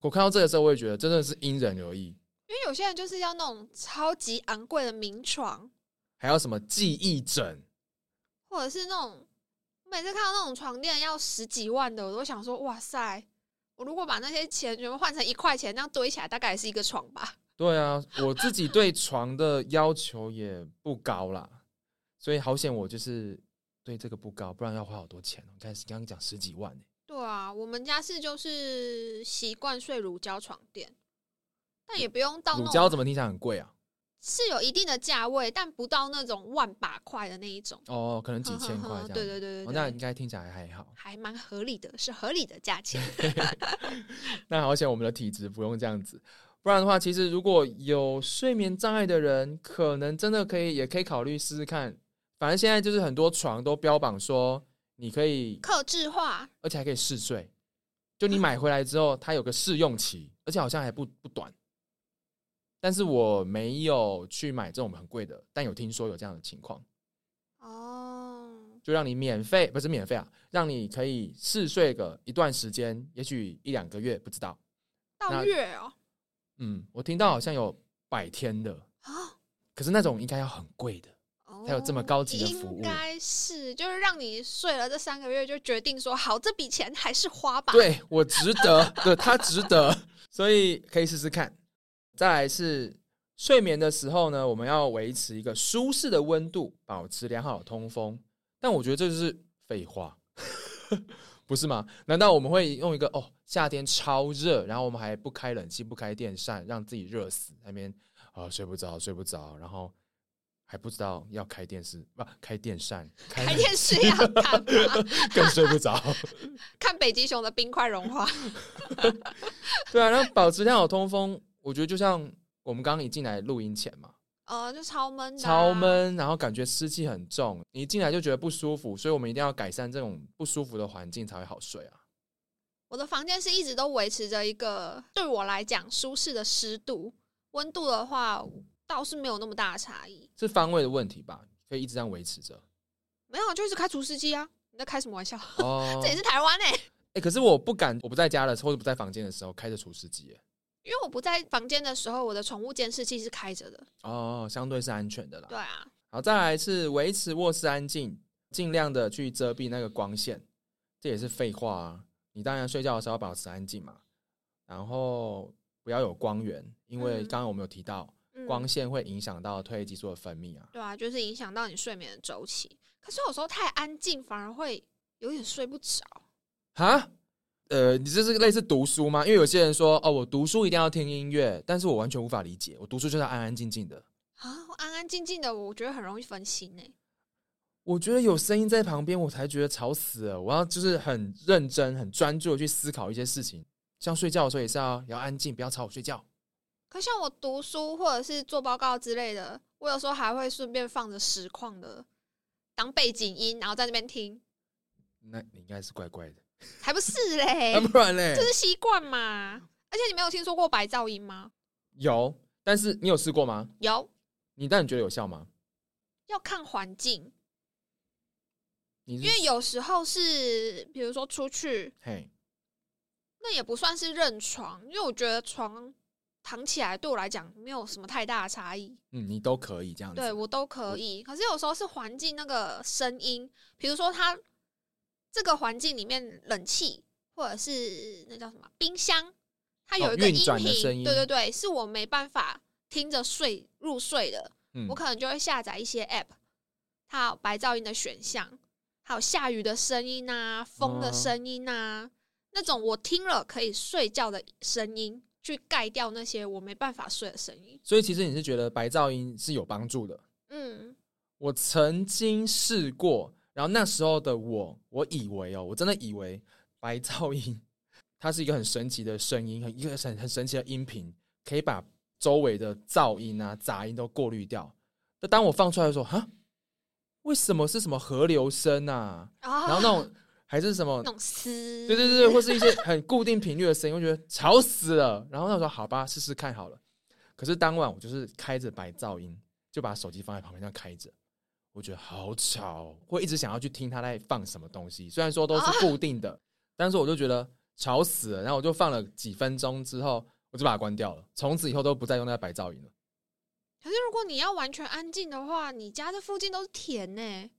S1: 我看到这个时候，我也觉得真的是因人而异，
S2: 因为有些人就是要那种超级昂贵的名床，
S1: 还有什么记忆枕，
S2: 或者是那种我每次看到那种床垫要十几万的，我都想说哇塞，我如果把那些钱全部换成一块钱，那样堆起来大概也是一个床吧。
S1: 对啊，我自己对床的要求也不高啦，所以好险我就是对这个不高，不然要花好多钱哦。你看，刚刚讲十几万、欸，
S2: 对啊，我们家是就是习惯睡乳胶床垫，但也不用到
S1: 乳
S2: 那
S1: 胶
S2: 种
S1: 怎么听起来很贵啊？
S2: 是有一定的价位，但不到那种万把块的那一种，
S1: 哦，可能几千块这样
S2: 呵呵呵
S1: 子。
S2: 对对对
S1: 哦
S2: 对
S1: 那
S2: 对
S1: 应，该听起来还好。
S2: 还蛮合理的，是合理的价钱。
S1: 那好险我们的体质不用这样子，不然的话，其实如果有睡眠障碍的人，可能真的可以也可以考虑试试看。反正现在就是很多床都标榜说你可以
S2: 克制化，
S1: 而且还可以试睡。就你买回来之后，它有个试用期，而且好像还不不短。但是我没有去买这种很贵的，但有听说有这样的情况，
S2: 哦，
S1: 就让你免费，不是免费啊，让你可以试睡个一段时间，也许一两个月，不知道。
S2: 到
S1: 那
S2: 月哦，
S1: 嗯，我听到好像有百天的，
S2: 啊，
S1: 可是那种应该要很贵的。它有这么高级的服务
S2: 哦应该是就是让你睡了这三个月就决定说好，这笔钱还是花 吧。，
S1: 对我值得，对它值得， 所以可以试试看。再来是睡眠的时候呢，我们要维持一个舒适的温度，保持良好的通风。但我觉得这就是废话， 不是吗？难道我们会用一个哦，夏天超热，然后我们还不开冷气、不开电扇，让自己热死那边啊、睡不着、睡不着，然后还不知道要开电视不、开电扇，开
S2: 白
S1: 冷气
S2: 天是要干嘛？
S1: 更睡不着。
S2: 看北极熊的冰块融化。
S1: 对啊，然后保持良好通风，我觉得就像我们刚刚一进来录音前嘛，
S2: 呃，就超闷的、
S1: 超。闷，然后感觉湿气很重，你一进来就觉得不舒服，所以我们一定要改善这种不舒服的环境才会好睡啊。
S2: 我的房间是一直都维持着一个对我来讲舒适的湿度，温度的话倒是没有那么大的差异。
S1: 是方位的问题吧？可以一直这样维持着。
S2: 没有，就一直开除湿机啊。你在开什么玩笑？
S1: 哦，
S2: 这也是台湾哎、
S1: 哎、可是我不敢，我不在家的时候，或者不在房间的时候开着除湿机，哎
S2: 因为我不在房间的时候，我的宠物监视器是开着的。
S1: 哦，相对是安全的啦。
S2: 对啊，
S1: 好，再来是维持卧室安静，尽量的去遮蔽那个光线，这也是废话啊。你当然睡觉的时候要保持安静嘛，然后不要有光源，因为
S2: 嗯
S1: 刚刚我们有提到，
S2: 嗯、
S1: 光线会影响到褪黑激素的分泌啊。
S2: 对啊，就是影响到你睡眠的周期。可是有时候太安静反而会有点睡不着。
S1: 哈，呃，你这是类似读书吗？因为有些人说，哦，我读书一定要听音乐，但是我完全无法理解，我读书就是要安安静静的。
S2: 啊，安安静静的，我觉得很容易分心欸呢、
S1: 我觉得有声音在旁边，我才觉得吵死了。我要就是很认真、很专注的去思考一些事情，像睡觉的时候也是啊要要安静，不要吵我睡觉。
S2: 可像我读书或者是做报告之类的，我有时候还会顺便放着实况的当背景音，然后在那边听，
S1: 那你应该是怪怪的，
S2: 才不是
S1: 那、，
S2: 嘞
S1: 不然嘞
S2: 哎这，是习惯嘛。而且你没有听说过白噪音吗？
S1: 有，但是你有试过吗？
S2: 有，
S1: 你但你觉得有效吗？
S2: 要看环境，
S1: 你是
S2: 因为有时候是比如说出去，
S1: 嘿，
S2: 那也不算是认床，因为我觉得床躺起来对我来讲没有什么太大的差异。
S1: 嗯，你都可以这样子。
S2: 对我都
S1: 嗯
S2: 可以。可是有时候是环境那个声音，比如说它这个环境里面冷气或者是那叫什么冰箱，它有
S1: 哦
S2: 一个
S1: 运
S2: 音
S1: 转的声
S2: 频，
S1: 音
S2: 对对对，是我没办法听着睡入睡的，
S1: 嗯
S2: 我可能就会下载一些 app，它有白噪音的选项，还有下雨的声音啊、风的
S1: 哦
S2: 声音啊，那种我听了可以睡觉的声音。去盖掉那些我没办法睡的声音，
S1: 所以其实你是觉得白噪音是有帮助的。
S2: 嗯，
S1: 我曾经试过，然后那时候的我，我以为哦，我真的以为白噪音它是一个很神奇的声音，很一个很很神奇的音频，可以把周围的噪音啊、杂音都过滤掉。但当我放出来的时候，哈，为什么是什么河流声啊？
S2: 然
S1: 然后那种还是什么
S2: 那？种丝，
S1: 对对对，对或是一些很固定频率的声音，我觉得吵死了。然后那时候好吧，试试看好了。可是当晚我就是开着白噪音，就把手机放在旁边这样开着，我觉得好吵，会一直想要去听他在放什么东西。虽然说都是固定的，但是我就觉得吵死了。然后我就放了几分钟之后，我就把它关掉了。从此以后都不再用那个白噪音了。
S2: 可是如果你要完全安静的话，你家这附近都是田呢、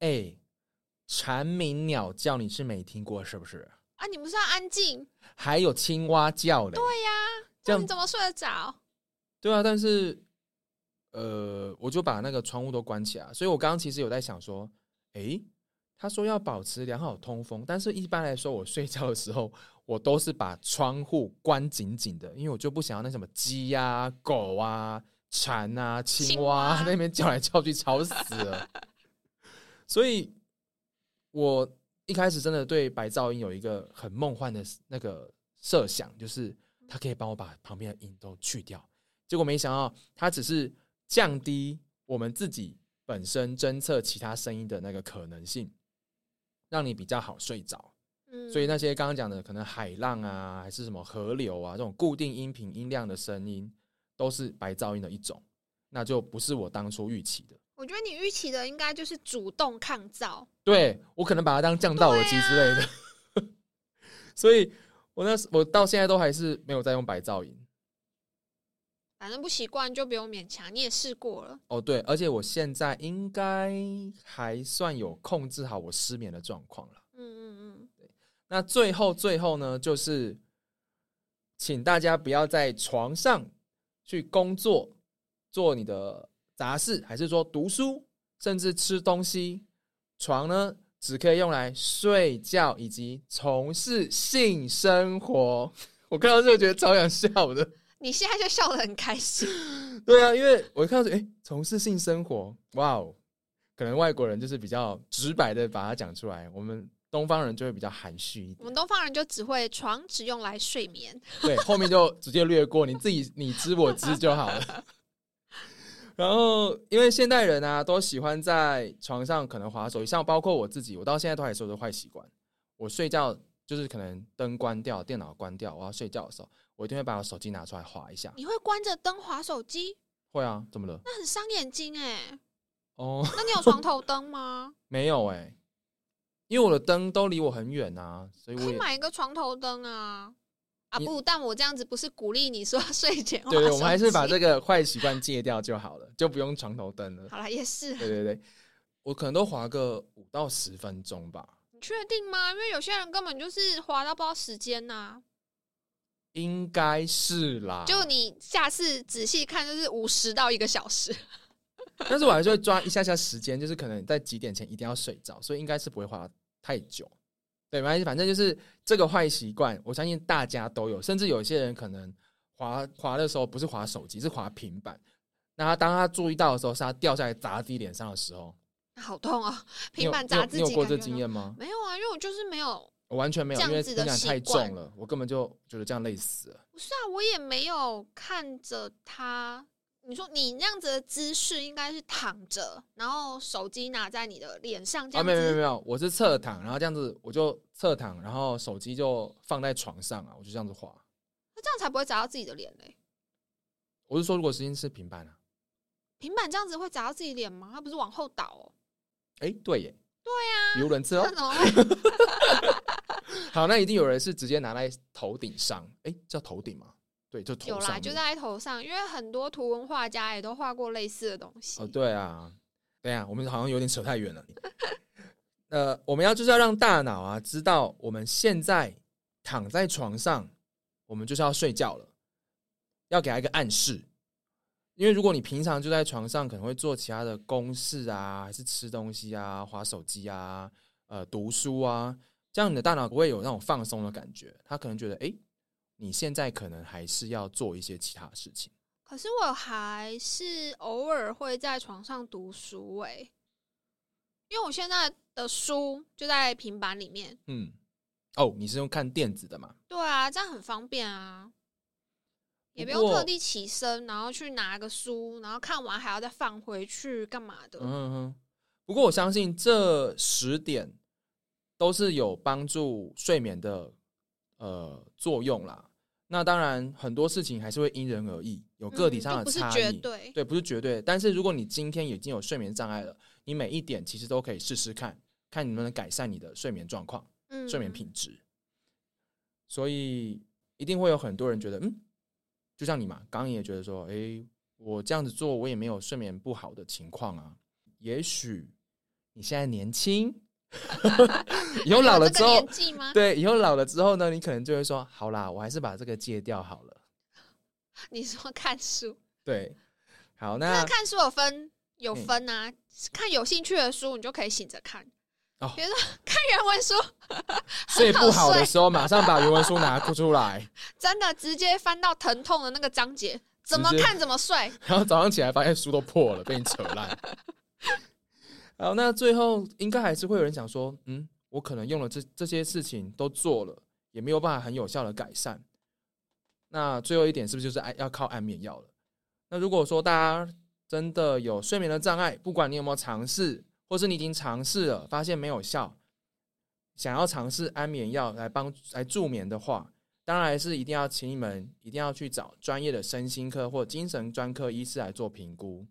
S1: 哎、蝉鸣鸟叫你是没听过是不是？
S2: 啊，你不是要安静？
S1: 还有青蛙叫嘞。
S2: 对呀、
S1: 这
S2: 那
S1: 样
S2: 你怎么睡得着？
S1: 对啊，但是呃，我就把那个窗户都关起来，所以我刚刚其实有在想说，诶，他说要保持良好通风，但是一般来说，我睡觉的时候我都是把窗户关紧紧的，因为我就不想要那什么鸡呀、狗啊、蝉啊、青
S2: 青
S1: 蛙啊
S2: 蛙
S1: 那边叫来叫去，吵死了。所以，我一开始真的对白噪音有一个很梦幻的那个设想，就是它可以帮我把旁边的音都去掉。结果没想到，它只是降低我们自己本身侦测其他声音的那个可能性，让你比较好睡着。
S2: 嗯，
S1: 所以那些刚刚讲的，可能海浪啊，还是什么河流啊，这种固定音频音量的声音，都是白噪音的一种，那就不是我当初预期的。
S2: 我觉得你预期的应该就是主动抗噪，
S1: 对我可能把它当降噪耳机之类的， 所以我那时我到现在都还是没有在用白噪音。
S2: 反正不习惯就不用勉强。你也试过了，
S1: 哦，对，而且我现在应该还算有控制好我失眠的状况了。
S2: 嗯嗯
S1: 那最后最后呢，就是请大家不要在床上去工作，做你的杂事，还是说读书，甚至吃东西。床呢，只可以用来睡觉以及从事性生活。 我看到这个觉得超想笑的。
S2: 嗯，你现在就笑得很开心，
S1: 对啊，因为我看到哎，诶从事性生活，哇哦，可能外国人就是比较直白的把它讲出来，我们东方人就会比较含蓄一
S2: 我
S1: 点。
S2: 们东方人就只会床只用来睡眠。
S1: 对，后面就直接略过，你自己你知我知就好了。 然后，因为现代人啊，都喜欢在床上可能划手机，像包括我自己，我到现在都还是有这个坏习惯。我睡觉就是可能灯关掉、电脑关掉，我要睡觉的时候，我一定会把我手机拿出来划一下。
S2: 你会关着灯划手机，
S1: 会啊，怎么了？
S2: 那很伤眼睛哎、
S1: 哦，
S2: 那你有床头灯吗？
S1: 没有哎、因为我的灯都离我很远啊，所以
S2: 可
S1: 我
S2: 以
S1: 也
S2: 买一个床头灯啊。啊
S1: 你
S2: 不，但我这样子不是鼓励你说 睡前
S1: 对
S2: 划
S1: 对，我们还
S2: 手
S1: 是把
S2: 机
S1: 这个坏习惯戒掉就好了， 就不用床头灯了。
S2: 好了，也是
S1: 对对对，我可能都划个五到十分钟吧，
S2: 你确定吗？因为有些人根本就是滑到不知道时间呐、
S1: 应该是啦。
S2: 就你下次仔细看，就是五十到一个小时。
S1: 但是我还是会抓一下下时间，就是可能在几点前一定要睡着，所以应该是不会花太久。对，没关系，反正就是这个坏习惯，我相信大家都有，甚至有一些人可能滑滑的时候不是滑手机，是滑平板。那他当他注意到的时候，是他掉下来砸自己脸上的时候，
S2: 好痛啊！
S1: 你有
S2: 平板砸自己，
S1: 你有你有过这
S2: 感觉
S1: 经
S2: 到？
S1: 验吗？
S2: 没有啊，因为我就是没有，
S1: 我完全没有，因
S2: 这
S1: 为
S2: 样子
S1: 平
S2: 的
S1: 板太
S2: 习惯
S1: 重了，我根本就觉得这样累死了。
S2: 不是啊，我也没有看着他。你说你那样子的姿势应该是躺着，然后手机拿在你的脸上这
S1: 啊，
S2: 样
S1: 没有没有
S2: 子，
S1: 没有，我是侧躺，然后这样子我就侧躺，然后手机就放在床上啊，我就这样子滑。
S2: 那这样才不会砸到自己的脸嘞、
S1: 我是说，如果时间是平板啊，
S2: 平板这样子会砸到自己脸吗？它不是往后倒哦，
S1: 哎、对耶，对呀、语无伦次
S2: 那
S1: 哦
S2: 怎。 么会？
S1: 好，那一定有人是直接拿在头顶上，哎、叫头顶吗？对，就头
S2: 有
S1: 上
S2: 啦，
S1: 面。
S2: 就在头上，因为很多图文画家也都画过类似的东西。
S1: 哦，对啊，对啊，我们好像有点扯太远了。呃，我们要就是要让大脑啊知道我们现在躺在床上，我们就是要睡觉了，要给他一个暗示。因为如果你平常就在床上，可能会做其他的公事啊，还是吃东西啊、划手机啊、呃读书啊，这样你的大脑不会有那种放松的感觉，他可能觉得，哎，你现在可能还是要做一些其他的事情。
S2: 可是我还是偶尔会在床上读书诶、因为我现在的书就在平板里面。
S1: 嗯，哦，你是用看电子的嘛？
S2: 对啊，这样很方便啊，也不
S1: 不
S2: 用
S1: 过
S2: 特地起身，然后去拿个书，然后看完还要再放回去干嘛的。
S1: 嗯哼哼，不过我相信这十点都是有帮助睡眠的呃作用啦。那当然，很多事情还是会因人而异，有个体
S2: 嗯
S1: 上
S2: 就
S1: 的
S2: 不是
S1: 差
S2: 绝
S1: 异。
S2: 对。
S1: 对，不是绝对。但是如果你今天已经有睡眠障碍了，你每一点其实都可以试试看，看你能不能改善你的睡眠状况、
S2: 嗯
S1: 睡眠品质。所以一定会有很多人觉得，嗯，就像你嘛，刚刚也觉得说，诶，我这样子做，我也没有睡眠不好的情况啊。也许你现在年轻， 以后老了之
S2: 有
S1: 后
S2: 这个年，纪吗？
S1: 对，以后老了之后呢，你可能就会说，好啦，我还是把这个戒掉好了。
S2: 你说看书，
S1: 对，好，
S2: 因
S1: 那
S2: 为看书有分有
S1: 嗯
S2: 分啊，看有兴趣的书你就可以醒着看，
S1: 哦
S2: 比如说看原文书，
S1: 睡不好的
S2: 睡
S1: 时候，马上把原文书拿出来，
S2: 真的直接翻到疼痛的那个章节，怎么
S1: 直接
S2: 看怎么睡。
S1: 然后早上起来发现书都破了，被你扯烂。 好，那最后应该还是会有人想说，嗯，我可能用了这这些事情都做了，也没有办法很有效的改善。那最后一点是不是就是安要靠安眠药了？那如果说大家真的有睡眠的障碍，不管你有没有尝试，或是你已经尝试了发现没有效，想要尝试安眠药来帮来助眠的话，当然是一定要请你们一定要去找专业的身心科或精神专科医师来做评估。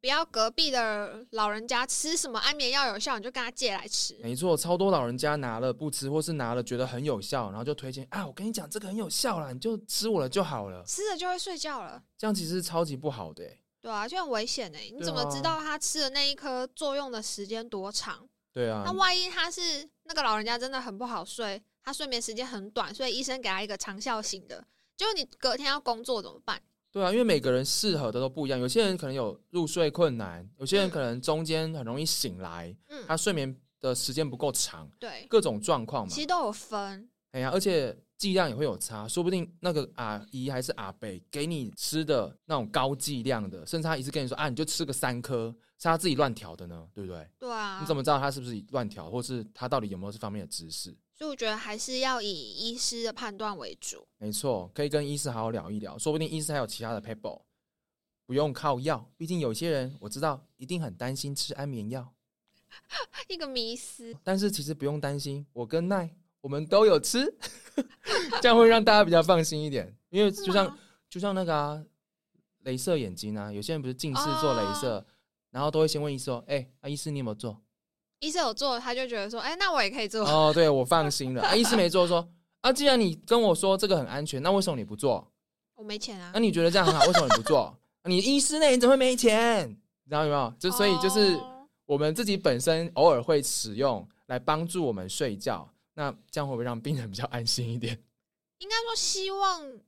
S2: 不要隔壁的老人家吃什么安眠药有效，你就跟他借来吃。
S1: 没错，超多老人家拿了不吃，或是拿了觉得很有效，然后就推荐啊，我跟你讲这个很有效啦，你就吃我了就好了。
S2: 吃了就会睡觉了，
S1: 这样其实是超级不好的欸、
S2: 对啊，就很危险哎、你
S1: 对
S2: 怎么知
S1: 啊
S2: 道他吃的那一颗作用的时间多长？
S1: 对
S2: 那
S1: 啊，
S2: 万一他是那个老人家真的很不好睡，他睡眠时间很短，所以医生给他一个长效型的，结果你隔天要工作怎么办？
S1: 对啊，因为每个人适合的都不一样，有些人可能有入睡困难，有些人可能中间很容易醒来，
S2: 嗯，
S1: 他睡眠的时间不够长，
S2: 对，
S1: 各种状况嘛
S2: 其。实都有分，
S1: 哎呀，而且剂量也会有差，说不定那个阿姨还是阿伯给你吃的那种高剂量的，甚至他一次跟你说啊，你就吃个三颗，是他自己乱调的呢，对不对？
S2: 对啊。
S1: 你怎么知道他是不是乱调，或是他到底有没有这方面的知识？
S2: 所以我觉得还是要以医师的判断为主。
S1: 没错，可以跟医师好好聊一聊，说不定医师还有其他的 paper，不用靠药，毕竟有些人我知道一定很担心吃安眠药，
S2: 一个迷 思，
S1: 但是其实不用担心，我跟奈我们都有吃， 这样会让大家比较放心一点，因为就像
S2: 是吗
S1: 就像那个啊，镭射
S2: 哦
S1: 眼睛啊，有些人不是近视做镭射，然后都会先问医师说：“哎、啊，医师你有没有做？
S2: 医生有做，他就觉得说，哎、那我也可以做。
S1: 哦，对我放心了。啊、医师没做说啊，既然你跟我说这个很安全，那为什么你不做？
S2: 我没钱啊
S1: 那、，你觉得这样很好，为什么你不做？啊你医师呢？你怎么会没钱？你知道有没有？就所以就是
S2: 哦
S1: 我们自己本身偶尔会使用来帮助我们睡觉，那这样会不会让病人比较安心一点？
S2: 应该说希望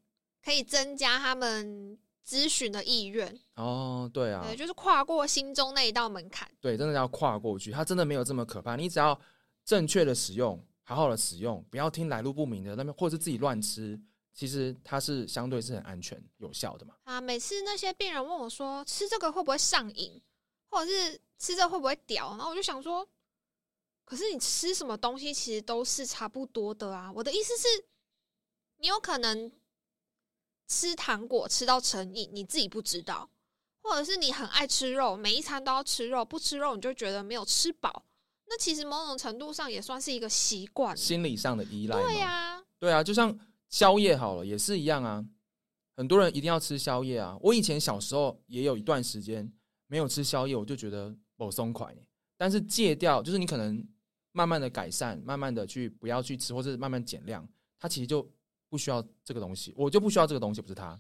S2: 可以增加他们咨询的意愿，
S1: 哦，对啊，
S2: 对，就是跨过心中那一道门槛。
S1: 对，真的要跨过去，它真的没有这么可怕。你只要正确的使用，好好的使用，不要听来路不明的那边，或者是自己乱吃，其实它是相对是很安全有效的嘛。
S2: 啊，每次那些病人问我说吃这个会不会上瘾，或者是吃这会不会屌，然后我就想说，可是你吃什么东西其实都是差不多的啊。我的意思是，你有可能吃糖果吃到成瘾，你自己不知道，或者是你很爱吃肉，每一餐都要吃肉，不吃肉你就觉得没有吃饱。那其实某种程度上也算是一个习惯了，
S1: 心理上的依赖嘛，
S2: 对呀、
S1: 对啊，就像宵夜好了，也是一样啊。很多人一定要吃宵夜啊。我以前小时候也有一段时间没有吃宵夜，我就觉得我松快。但是戒掉，就是你可能慢慢的改善，慢慢的去不要去吃，或是慢慢减量，它其实就不需要这个东西，我就不需要这个东西，不是它。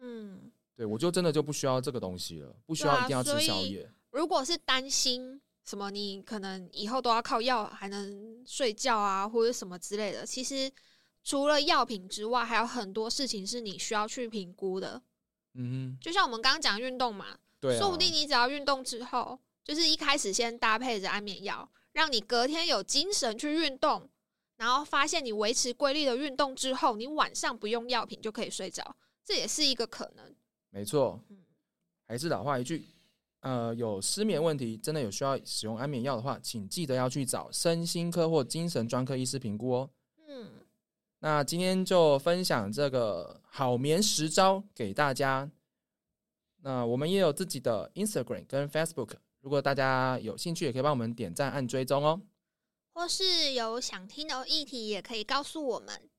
S2: 嗯。
S1: 对我就真的就不需要这个东西了，不需
S2: 对
S1: 要
S2: 啊
S1: 一定要吃
S2: 所以
S1: 宵夜。
S2: 如果是担心什么，你可能以后都要靠药还能睡觉啊，或者什么之类的，其实除了药品之外，还有很多事情是你需要去评估的。
S1: 嗯哼，
S2: 就像我们刚刚讲运动嘛，
S1: 对啊，
S2: 说不定你只要运动之后，就是一开始先搭配着安眠药，让你隔天有精神去运动，然后发现你维持规律的运动之后，你晚上不用药品就可以睡着，这也是一个可能。
S1: 没错
S2: 嗯，
S1: 还是老话一句，呃，有失眠问题，真的有需要使用安眠药的话，请记得要去找身心科或精神专科医师评估哦。
S2: 嗯，
S1: 那今天就分享这个好眠十招给大家。那我们也有自己的 Instagram 跟 Facebook，如果大家有兴趣，也可以帮我们点赞、按追踪哦。
S2: 或是有想听的议题，也可以告诉我们。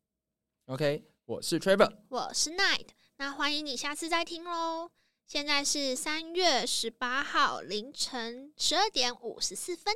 S1: OK，我是 Trevor，
S2: 我是 Night，那欢迎你下次再听喽。现在是三月十八号凌晨十二点五十四分。